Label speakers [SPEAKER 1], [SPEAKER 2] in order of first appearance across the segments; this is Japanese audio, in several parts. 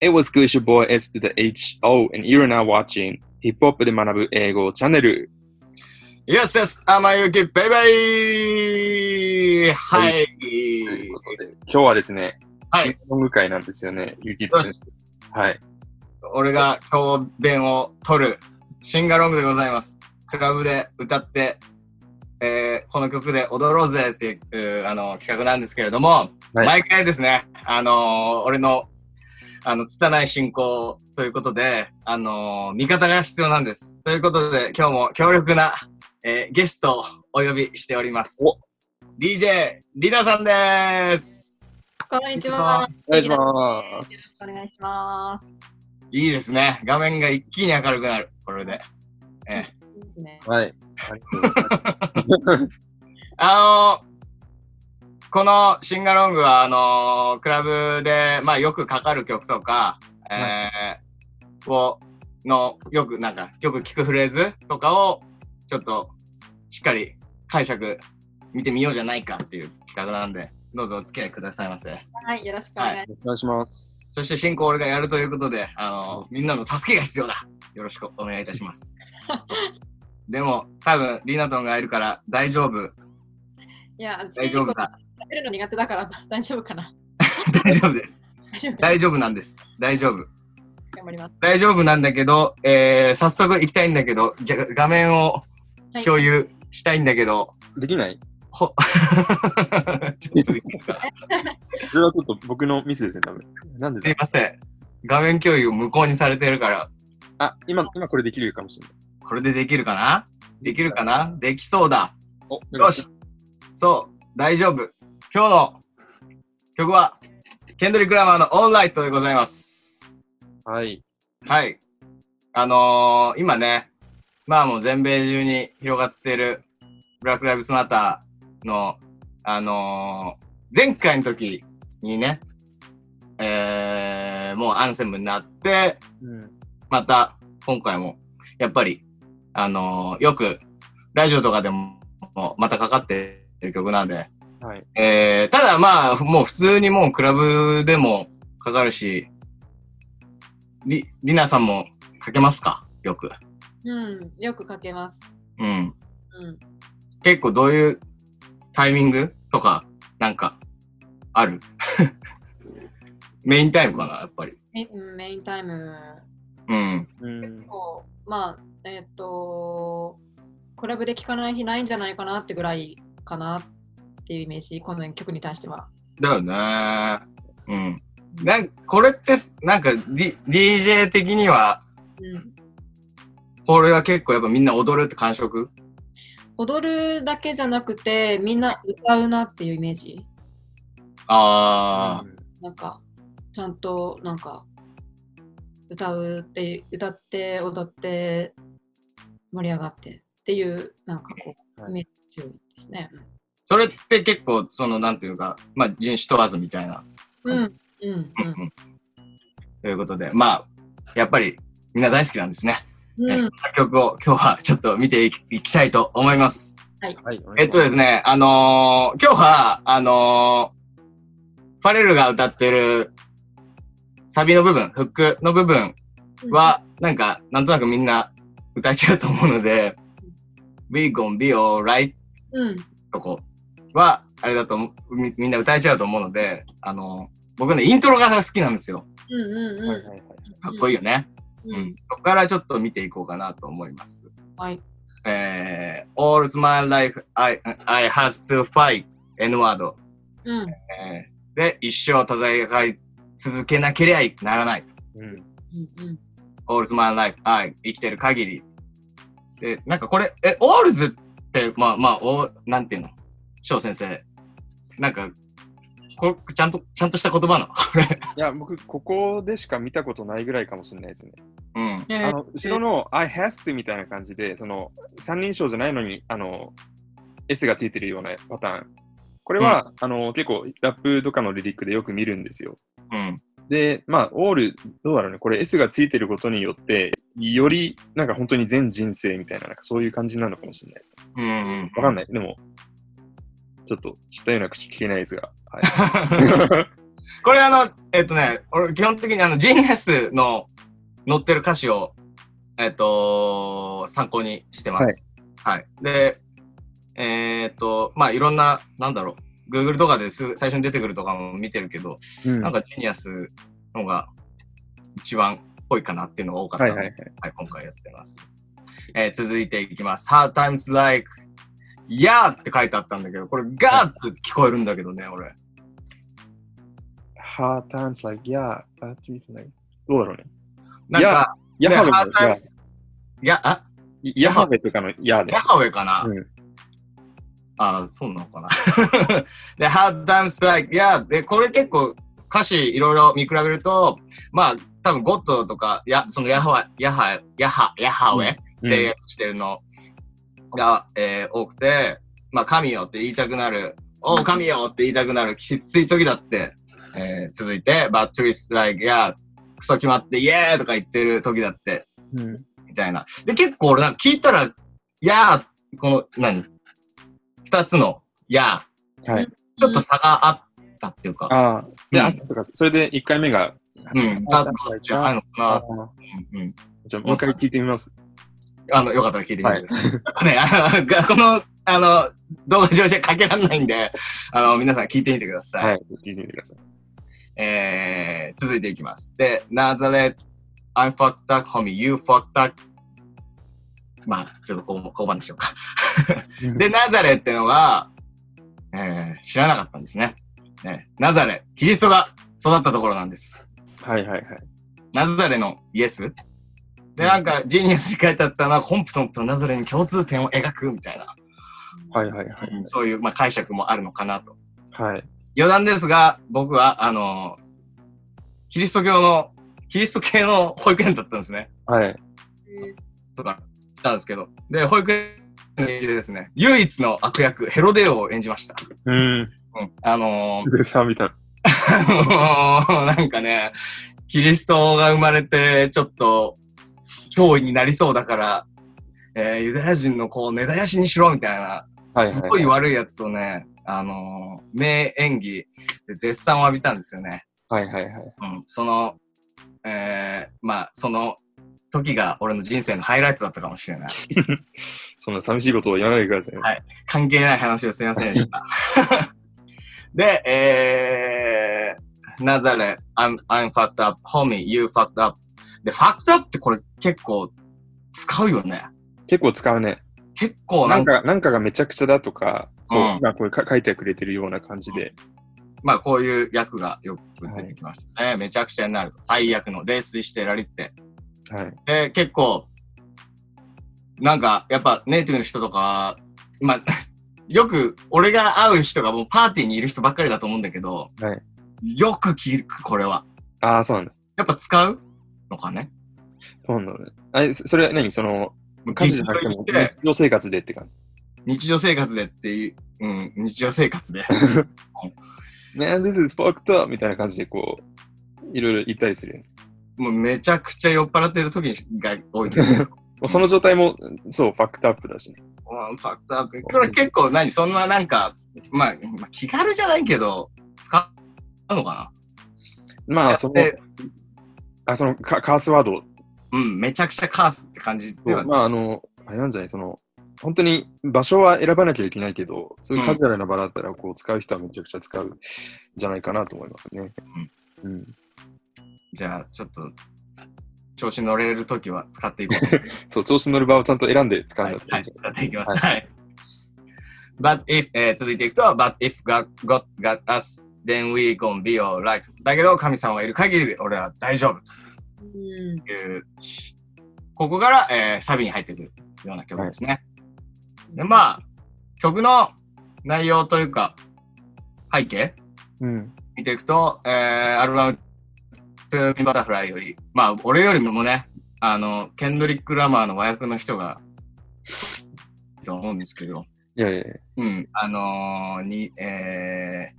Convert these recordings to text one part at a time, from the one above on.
[SPEAKER 1] It was good, your boy S to the HO, and you're now watching Hip Hop で学ぶ英語チャンネル。
[SPEAKER 2] Yes, yes, 甘ゆき、バイバイは。
[SPEAKER 1] はいということで、今日はですね、
[SPEAKER 2] はい
[SPEAKER 1] ピンポング会なんですよね、ユキップ選手。はい。
[SPEAKER 2] 俺が教鞭を取るシンガロングでございます。クラブで歌って、えーこの曲で踊ろうぜっていうあの企画なんですけれども、
[SPEAKER 1] はい
[SPEAKER 2] 毎回ですね、あのー俺の、あの、拙い進行ということで、あのー味方が必要なんです。ということで、今日も強力な、えーゲストをお呼びしております
[SPEAKER 1] お。
[SPEAKER 2] DJ、リナさんです。
[SPEAKER 3] こんにちは。
[SPEAKER 1] お願いしま
[SPEAKER 3] よろし
[SPEAKER 1] す
[SPEAKER 3] くお。願いします。
[SPEAKER 2] いいですね。画面が一気に明るくなる。これで。
[SPEAKER 3] いいですね。
[SPEAKER 1] はい。ありがとうございます
[SPEAKER 2] あのーこのシンガロングは、あのークラブで、まあ、よくかかる曲とか、えーを、の、よく、なんか、よく聞くフレーズとかを、ちょっと、しっかり解釈、見てみようじゃないかっていう企画なんで、どうぞお付き合いくださいませ。
[SPEAKER 3] はい、よろしくお願いし
[SPEAKER 1] お願いします。
[SPEAKER 2] そして進行俺がやるということで、あの、みんなの助けが必要だ。よろしくお願いいたします。でも、多分、リナトンがいるから大丈夫。
[SPEAKER 3] ます。いや、私
[SPEAKER 2] 大丈夫だ。
[SPEAKER 3] 食べるの苦手だから 大丈夫かな。
[SPEAKER 2] 大丈夫です。
[SPEAKER 3] 大丈
[SPEAKER 2] 大丈
[SPEAKER 3] 夫かな
[SPEAKER 2] 夫なんです。大丈夫。
[SPEAKER 3] 頑張ります。
[SPEAKER 2] 大丈夫なんだけど、えー、早速行きたいんだけど、ぎゃ画面を
[SPEAKER 3] はい
[SPEAKER 2] 共有したいんだけど、
[SPEAKER 1] できない
[SPEAKER 2] ほちょっとすい
[SPEAKER 1] それはちょっと僕のミスですね、多分。なんでだ
[SPEAKER 2] ません。画面共有無効にされてるから、
[SPEAKER 1] あ、今、今これできるかもしれない。
[SPEAKER 2] これでできるかなできるかなできそうだ。
[SPEAKER 1] お、
[SPEAKER 2] よし。そう、大丈夫。今日の曲は、ケンドリック・ラマーのオンライトでございます。
[SPEAKER 1] はい。
[SPEAKER 2] はい。あのー、今ね、まあもう全米中に広がってる、ブラック・ライブスマターの、あのー、前回の時にね、えー、もうアンセムになって、
[SPEAKER 1] うん。
[SPEAKER 2] また今回もやっぱりあのーよくラジオとかでもまたかかってる曲なんで、
[SPEAKER 1] はい。
[SPEAKER 2] えー、ただまあもう普通にもうクラブでもかかるしりりなさんもかけますかよく
[SPEAKER 3] うん、よくかけます。
[SPEAKER 2] うん
[SPEAKER 3] うん。
[SPEAKER 2] 結構どういうタイミングとかなんかある メインタイムかなやっぱり
[SPEAKER 3] メうんメインタイム、
[SPEAKER 2] うん
[SPEAKER 1] うん。
[SPEAKER 3] こうまあ、えっ、と、クラブで聴かない日ないんじゃないかなってぐらいかなっていうイメージ、この曲に対しては。
[SPEAKER 2] だよねうん。なんこれってす、なんか、D、DJ 的には、
[SPEAKER 3] うん、
[SPEAKER 2] これは結構やっぱみんな踊るって感触
[SPEAKER 3] 踊るだけじゃなくて、みんな歌うなっていうイメージ。
[SPEAKER 2] ああ、
[SPEAKER 3] なんか、ちゃんと、なんか、歌うって、歌って、踊って、盛り上がってっていう、なんかこ
[SPEAKER 1] は
[SPEAKER 3] う、
[SPEAKER 1] い
[SPEAKER 3] イメージ強いですね。
[SPEAKER 2] それって結構、その、なんていうか、まあ、人種問わずみたいな。
[SPEAKER 3] うん、うん、
[SPEAKER 2] うんということで、まあ、やっぱりみんな大好きなんですね。
[SPEAKER 3] うん。うん、
[SPEAKER 2] 曲を今日はちょっと見ていきいきたいと思います。
[SPEAKER 1] はい。お願いします
[SPEAKER 2] えっとですね、あのー今日は、あのーファレルが歌ってるサビの部分、フックの部分は、なんか、なんとなくみんな歌えちゃうと思うので、We gon' be alright
[SPEAKER 3] うん、
[SPEAKER 2] とこは、あれだと思うみ、みんな歌えちゃうと思うので、あのー僕ね、イントロが好きなんですよ。
[SPEAKER 3] うん、うん、
[SPEAKER 1] はい
[SPEAKER 3] うん
[SPEAKER 1] はいはい。
[SPEAKER 2] かっこいいよね。
[SPEAKER 3] う
[SPEAKER 2] うん
[SPEAKER 3] ん。
[SPEAKER 2] そこからちょっと見ていこうかなと思います。
[SPEAKER 3] はい。
[SPEAKER 2] えー、All my life I, I has to fight N word
[SPEAKER 3] うん、
[SPEAKER 2] えーで、一生戦い続けなければならない。
[SPEAKER 1] うん。
[SPEAKER 3] うん、
[SPEAKER 2] オールズマンライフ、はい、生きてる限り。で、なんかこれ、え、オールズって、まあまあ、おなんていうの翔先生。なんか、こちゃんと、ちゃんとした言葉なのこれ。
[SPEAKER 1] いや、僕、ここでしか見たことないぐらいかもしれないですね。
[SPEAKER 2] うん。
[SPEAKER 3] うん。
[SPEAKER 1] あの後ろの I has to みたいな感じで、その三人称じゃないのにあの S がついてるようなパターン。これは、あの結構ラップとかのリリックでよく見るんですよ。
[SPEAKER 2] うん。
[SPEAKER 1] で、まあ、オール、どうだろうね、これ S がついてることによって、よりなんか本当に全人生みたいな、なんかそういう感じなのかもしれないです。
[SPEAKER 2] うんうん。、
[SPEAKER 1] わかんない。でも、ちょっと知ったような口聞けないですが。はい
[SPEAKER 2] これあの、えっとね、俺基本的にあの、ジーニアスの載ってる歌詞を、えっと、参考にしてます。はい。で、えーっと、まあいろんな、なんだろう、Google とかです最初に出てくるとかも見てるけど、
[SPEAKER 1] うん
[SPEAKER 2] なん
[SPEAKER 1] は
[SPEAKER 2] かジーニアスの方が一番っぽいかなっていうのが多か
[SPEAKER 1] い
[SPEAKER 2] った
[SPEAKER 1] は
[SPEAKER 2] の
[SPEAKER 1] い
[SPEAKER 2] で、
[SPEAKER 1] はい。
[SPEAKER 2] はい、今回やってます。えー続いていきます。Hard times like, yeah! って書いてあったんだけど、これガーって聞こえるんだけどね、俺。
[SPEAKER 1] Hard times like, yeah, hard times like. どうだろうね。
[SPEAKER 2] なんか、
[SPEAKER 1] ヤハウェ
[SPEAKER 2] ハー
[SPEAKER 1] の
[SPEAKER 2] ドタイムスいや、あ、
[SPEAKER 1] ヤヤハウェとかのヤーで
[SPEAKER 2] ヤ。ハウェかな、
[SPEAKER 1] うん
[SPEAKER 2] あ、そうなのかな で、Hard times like, yeah! で、これ結構歌詞いろいろ見比べると、まあ、多分ゴッドとか、や、そのヤハワ、ヤハ、ヤハ、ヤハウェ、
[SPEAKER 1] うん
[SPEAKER 2] でしてるのが、えー多くて、まあ、神よって言いたくなる、おう、神よって言いたくなる、きつい時だって、えー続いて、バッテリーストライクや、クソ決まって、イエーイとか言ってる時だって、
[SPEAKER 1] うん
[SPEAKER 2] みたいな。で、結構俺なんか聞いたら、やー、この、何二つの、や
[SPEAKER 1] はい。
[SPEAKER 2] ー、ちょっと差があったっていうか、
[SPEAKER 1] ああ。で、
[SPEAKER 2] うん
[SPEAKER 1] あ、そうか、それで1回目が。
[SPEAKER 2] うん、だったんじゃないのか
[SPEAKER 1] あ
[SPEAKER 2] な。
[SPEAKER 1] ー
[SPEAKER 2] うんうん
[SPEAKER 1] じゃあもう一回聞いてみます。
[SPEAKER 2] あの、よかったら聞いてみて
[SPEAKER 1] は
[SPEAKER 2] く
[SPEAKER 1] い
[SPEAKER 2] ださい。 ね、あの、がこの、あの、動画上じゃかけられないんで、あの、皆さん聞いてみてください。
[SPEAKER 1] はい。聞いてみてください。
[SPEAKER 2] えー、続いていきます。で、ナザレ、I'm fucked up, homie, you fucked up. まあ、ちょっとこう、交番でしょうか。で、ナザレってのが、えー、知らなかったんですね。ねナザレ、キリストが育ったところなんです。
[SPEAKER 1] はいはいはい。
[SPEAKER 2] ナザレのイエスで、なんか、ジーニアスに書いてあったのは、コンプトンとナザレに共通点を描くみたいな、
[SPEAKER 1] はいはいはい。
[SPEAKER 2] そういう、まあ、解釈もあるのかなと。
[SPEAKER 1] はい。
[SPEAKER 2] 余談ですが、僕は、あの、キリスト教の、キリスト系の保育園だったんですね。
[SPEAKER 1] はい。
[SPEAKER 2] とか、来たんですけど。で、保育園でですね、唯一の悪役、ヘロデオを演じました。
[SPEAKER 1] うん。
[SPEAKER 2] うん。あのー
[SPEAKER 1] で、さあ見た。
[SPEAKER 2] あの ーなんかね、キリストが生まれて、ちょっと、脅威になりそうだから、えーユダヤ人のこう、根絶やしにしろ、みたいな、
[SPEAKER 1] はいはい
[SPEAKER 2] すごい悪いやつをね、あのー名演技で絶賛を浴びたんですよね。
[SPEAKER 1] はいはいはい。
[SPEAKER 2] うん、その、えーまあ、その時が俺の人生のハイライトだったかもしれない。
[SPEAKER 1] そんな寂しいことを言わないでくださいね。
[SPEAKER 2] はい関係ない話をすみませんでした。 で、えー、なざれ、I'm, I'm fucked up, homie, you fucked up. で、fucked up ってこれ結構使うよね。
[SPEAKER 1] 結構使うね。
[SPEAKER 2] 結構な
[SPEAKER 1] なんん
[SPEAKER 2] か、
[SPEAKER 1] か、なんかがめちゃくちゃだとか、そう
[SPEAKER 2] うん、
[SPEAKER 1] 今これか書いてくれてるような感じで。
[SPEAKER 2] まあこういう役がよく出てきましたね。めちゃくちゃになると。最悪の、泥酔してラリって。
[SPEAKER 1] はい。
[SPEAKER 2] で、結構、なんか、やっぱネイティブの人とか、まあ、 よく、俺が会う人がもうパーティーにいる人ばっかりだと思うんだけど、
[SPEAKER 1] はい
[SPEAKER 2] よく聞く、これは。
[SPEAKER 1] ああ、そうなんだ。
[SPEAKER 2] やっぱ使うのかね。
[SPEAKER 1] そうなんだ。あれ、そそれは何その、家事じゃなくても
[SPEAKER 2] 日常行って、
[SPEAKER 1] 日常生活でって感
[SPEAKER 2] 日常生活でっていう、うん、日常生活 で。
[SPEAKER 1] じ。ね、this is fucked up! みたいな感じでこう、いろいろ言ったりするよね。
[SPEAKER 2] もうめちゃくちゃ酔っ払ってる時が多いけど。
[SPEAKER 1] もうその状態も、そう、ファクトアップだしね。
[SPEAKER 2] うん、ファクトアップ。これ結構何そんななんか、まあ、まあ気軽じゃないけど、使うのか
[SPEAKER 1] ま
[SPEAKER 2] な
[SPEAKER 1] あ、その、
[SPEAKER 2] で
[SPEAKER 1] あそのカカースワード
[SPEAKER 2] うん、めちゃくちゃカースって感じでは
[SPEAKER 1] まあ、あの、あれなんじゃないその、本当に場所は選ばなきゃいけないけど、そういうカジュアルな場だったら、こう、使う人はめちゃくちゃ使うんじゃないかなと思いますね。うん。
[SPEAKER 2] じゃあ、ちょっと、調子乗れるときは使っていこう。
[SPEAKER 1] そう、調子乗る場をちゃんと選んで使うん
[SPEAKER 2] は
[SPEAKER 1] だ
[SPEAKER 2] い
[SPEAKER 1] って、感
[SPEAKER 2] はい、
[SPEAKER 1] じ。
[SPEAKER 2] 使っていきます。はい。But if、えー続いていくと、But if God got, got us, then we gon' be alright. だけど、神様がいる限り俺は大丈夫
[SPEAKER 3] うん
[SPEAKER 2] という、ここから、えーサビに入ってくるような曲ですね。で、まあ、曲の内容というか、背景
[SPEAKER 1] うん。
[SPEAKER 2] 見ていくと、えー、アルバム、トゥーミーバタフライより、まあ、俺よりもね、あの、ケンドリック・ラマーの和訳の人が、と思うんですけど、
[SPEAKER 1] いやいやいや
[SPEAKER 2] うん、あのーに、えー、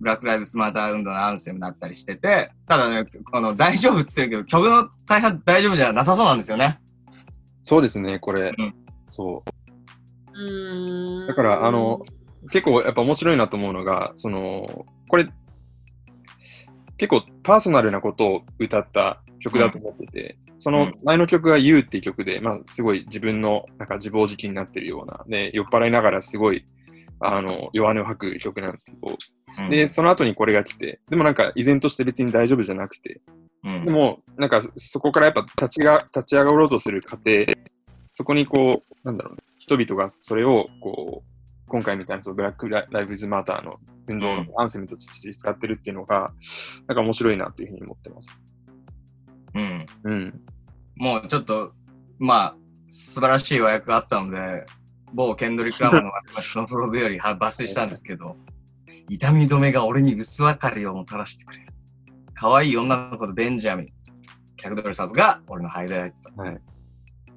[SPEAKER 2] ブラック・ライブスマーター運動のアンセムだったりしてて、ただね、この、大丈夫って言ってるけど、曲の大半大丈夫じゃなさそうなんですよね。
[SPEAKER 1] そうですね、これ。
[SPEAKER 2] うん
[SPEAKER 1] そ
[SPEAKER 3] うん
[SPEAKER 1] だからあのう。結構やっぱ面白いなと思うのが、その、これ、結構パーソナルなことを歌った曲だと思ってて、その前の曲が You っていう曲で、まあ、すごい自分のなんか自暴自棄になってるような、で、酔っ払いながらすごい、あの、弱音を吐く曲なんですけど、
[SPEAKER 2] うん
[SPEAKER 1] で、その後にこれが来て、でもなんか依然として別に大丈夫じゃなくて、
[SPEAKER 2] うん
[SPEAKER 1] でも、なんかそこからやっぱ立ちが立ち上がろうとする過程、そこにこう、なんだろう、ね、人々がそれをこう、今回みたいなそのブラックライブズマターの運動のアンセムとして使ってるっていうのが、なんか面白いなっていうふうに思ってます。
[SPEAKER 2] うん
[SPEAKER 1] うん。
[SPEAKER 2] もうちょっと、まあ、素晴らしい和訳があったので、某ケンドリック・ラマーの私のブログよりは抜粋したんですけ ど、痛み止めが俺に薄別れをもたらしてくれる。可愛い女の子とベンジャミン、客ドルサーズが俺のハイライトだ。
[SPEAKER 1] はい。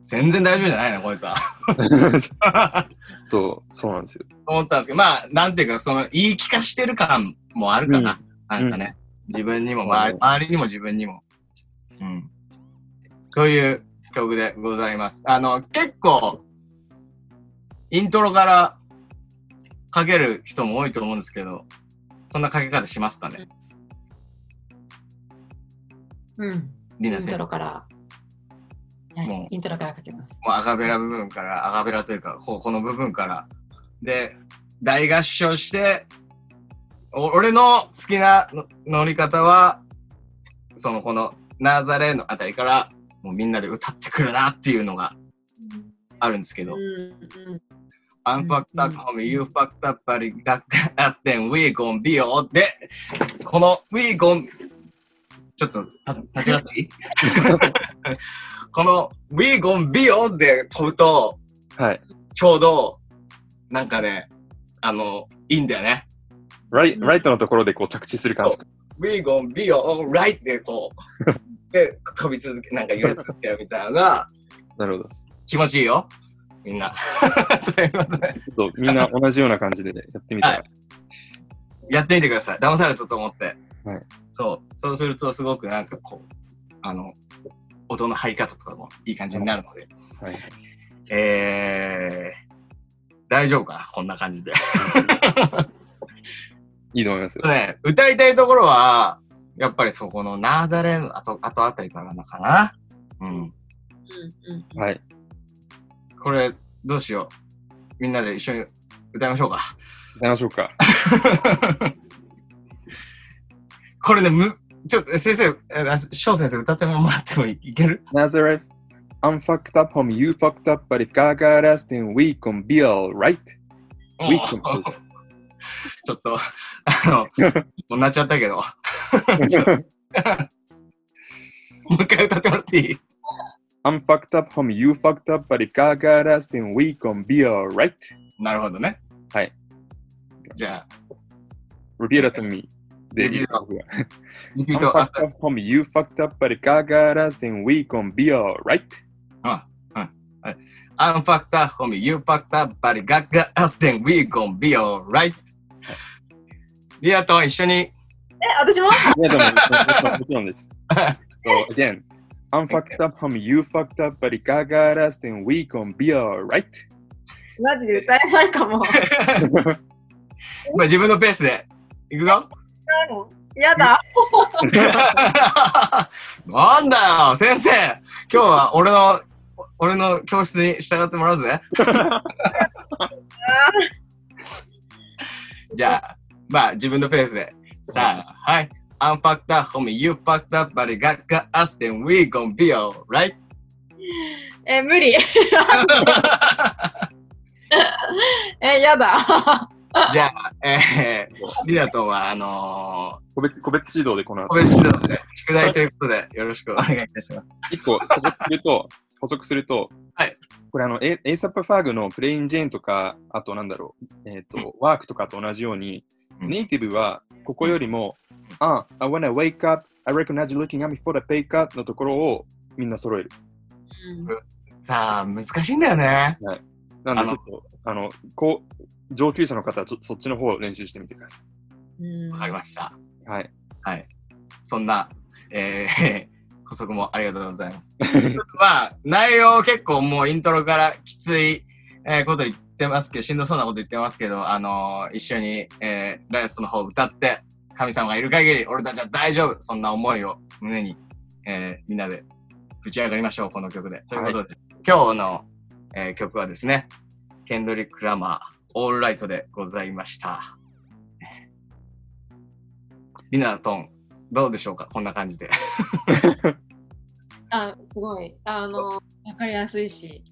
[SPEAKER 2] 全然大丈夫じゃないな、こいつは。
[SPEAKER 1] そう、そうなんですよ。
[SPEAKER 2] と思ったんですけど、まあ、なんていうか、その、言い聞かしてる感もあるかな。なんかね、自分にも周り、周りにも自分にも。うん。という曲でございます。あの、結構、イントロからかける人も多いと思うんですけど、そんなかけ方しますかね、
[SPEAKER 3] うん。
[SPEAKER 2] リ
[SPEAKER 3] イ
[SPEAKER 2] ナ
[SPEAKER 3] ン
[SPEAKER 2] 先
[SPEAKER 3] ト
[SPEAKER 2] 生。
[SPEAKER 3] ロ
[SPEAKER 2] も
[SPEAKER 3] から。はい
[SPEAKER 2] もう
[SPEAKER 3] イントロからかけます。
[SPEAKER 2] うアカペラ部分から、アカペラというか、こうこの部分から。で、大合唱して、お俺の好きなの乗り方は、そのこのナーザレーのあたりから、もうみんなで歌ってくるなっていうのがあるんですけ
[SPEAKER 3] うん
[SPEAKER 2] ど、
[SPEAKER 3] うん。
[SPEAKER 2] I'm fucked up, homie, you fucked up, but it got us, then we gon' be all で、この we gon' ちょっとた立ち上がってい いこの we gon' be all で飛ぶと、
[SPEAKER 1] はい。
[SPEAKER 2] ちょうど、なんかね、あの、いいんだよね。
[SPEAKER 1] ライライトのところでこう着地する感じ。
[SPEAKER 2] We gon' be alright でこ う、で、飛び続け、なんか揺れ続けるみたいなのが
[SPEAKER 1] なるほど。
[SPEAKER 2] 気持ちいいよ。みんな。 ということで、
[SPEAKER 1] ちょっとみんな同じような感じでやってみたら。
[SPEAKER 2] やってみてください。騙されたと思って。
[SPEAKER 1] はい
[SPEAKER 2] そう。そうするとすごくなんかこう、あの、音の入り方とかもいい感じになるので。
[SPEAKER 1] はい。
[SPEAKER 2] えー、大丈夫かなこんな感じで。
[SPEAKER 1] いいと思いますよ。
[SPEAKER 2] ね、歌いたいところは、やっぱりそこのナーザレーの後、後あたりからなのかな。うん。
[SPEAKER 3] うんうん
[SPEAKER 1] はい。
[SPEAKER 2] これ、どうしよう。みんなで一緒に歌いましょうか。
[SPEAKER 1] 歌いましょうか。
[SPEAKER 2] これね、む、ちょっと、先生、えあ翔先生歌ってもらってもいける
[SPEAKER 1] Nazareth, I'm fucked up, homie. You fucked up, but if God got us, then we can be alright.
[SPEAKER 2] も
[SPEAKER 1] We
[SPEAKER 2] う
[SPEAKER 1] can
[SPEAKER 2] ちょっと、あの、もうなっちゃったけど、も
[SPEAKER 1] be.
[SPEAKER 2] う一回歌ってもらっていい
[SPEAKER 1] I'm fucked up, homie. You fucked up, but if God got us, then we can be alright.
[SPEAKER 2] なるほどね。
[SPEAKER 1] はい。
[SPEAKER 2] じゃあ、
[SPEAKER 1] Repeat after me. で、
[SPEAKER 2] Repeat
[SPEAKER 1] 僕が
[SPEAKER 2] リピ
[SPEAKER 1] I'm
[SPEAKER 2] ート、あ
[SPEAKER 1] fucked up, homie. You fucked up, but if God got us, then we can be alright.
[SPEAKER 2] I'm fucked up, homie, you fucked up, but it got got us, then we gon' be alright. リアと一緒に、
[SPEAKER 3] え、私も
[SPEAKER 1] Yeah, でももちろんもちろんです。So, again, I'm fucked up, homie. You fucked up, but if God got us, then we can be alright.
[SPEAKER 3] マジで歌えないかも。
[SPEAKER 2] まあ、自分のペースで、いくぞ。
[SPEAKER 3] やだ。
[SPEAKER 2] なんだよ、先生今日は俺の、俺の教室に従ってもらうぜ。じゃあ、まあ自分のペースで。さあ、はい。I'm fucked up, homie. You fucked up, but it got, got us, then we gon' be alright.
[SPEAKER 3] え、無理。 え、やだ。
[SPEAKER 2] じゃあ、えー、リナとは、あの
[SPEAKER 1] 個別個別指導でこの
[SPEAKER 2] ー、
[SPEAKER 1] 後
[SPEAKER 2] 個。別指導で、宿題ということで、よろしくお願いいたします。
[SPEAKER 1] 一個補足すると、補足すると、
[SPEAKER 2] はい
[SPEAKER 1] これあの、エイサップファーグのプレインジェーンとか、あとなんだろう、えっ、と、ワークとかと同じように、
[SPEAKER 2] うん
[SPEAKER 1] ネイティブはここよりも、あ、I wanna wake up, I recognize you looking at me for the pay cut のところをみんな揃える。
[SPEAKER 2] さあ、難しいんだよね。
[SPEAKER 1] なんでちょっと、あの、こう、上級者の方はちょそっちの方を練習してみてくださ
[SPEAKER 3] うん
[SPEAKER 2] わかりまし
[SPEAKER 1] い。
[SPEAKER 2] た。
[SPEAKER 1] はい。
[SPEAKER 2] そんな、えー 補足もありがとうございます。まあ、内容結構もうイントロからきつい、えーこと言ってますけど、しんどそうなこと言ってますけど、あのー一緒に、えーライオスの方歌って神様がいる限り、俺たちは大丈夫そんな思いを胸に、えーみんなでぶち上がりましょう、この曲で。ということで、今日の、えー曲はですね、ケンドリック・ラマー、オールライトでございました。リナトン、どうでしょうかこんな感じで。
[SPEAKER 3] あすごい。あの、わかりやすいし、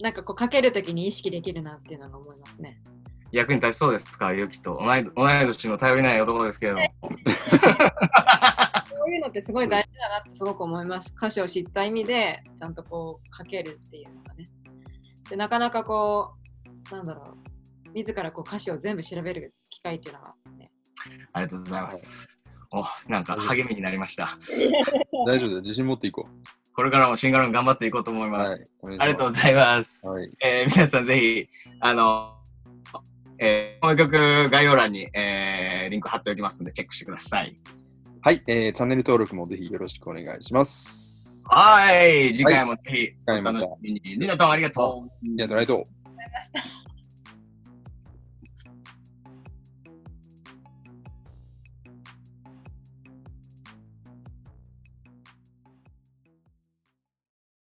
[SPEAKER 3] なんかこう、かけるときに意識できるなっていうのが思いますね。
[SPEAKER 2] 役に立ちそうですかゆきと同い同い年の頼りない男ですけれども。
[SPEAKER 3] こういうのってすごい大事だなってすごく思います。歌詞を知った意味で、ちゃんとこう、かけるっていうのがね。で、なかなかこう、なんだろう、自らこう歌詞を全部調べる機会っていうのが、ね、
[SPEAKER 2] ありがとうございます。お、なんか励みになりました。
[SPEAKER 1] 大丈夫だよ。自信持っていこう。
[SPEAKER 2] これからもシンガロン頑張っていこうと思いま
[SPEAKER 1] は
[SPEAKER 2] す。
[SPEAKER 1] い。お願いします
[SPEAKER 2] ありがとうございます。
[SPEAKER 1] はい。
[SPEAKER 2] えー皆さんぜひ、あの、えーこの曲概要欄に、えーリンク貼っておきますのでチェックしてください。
[SPEAKER 1] はい、えーチャンネル登録もぜひよろしくお願いします。
[SPEAKER 2] はい、次回もぜひお
[SPEAKER 1] はい
[SPEAKER 2] 楽しみに。リナトンありがとう。
[SPEAKER 1] じゃあ、ドライト。
[SPEAKER 3] 思いました。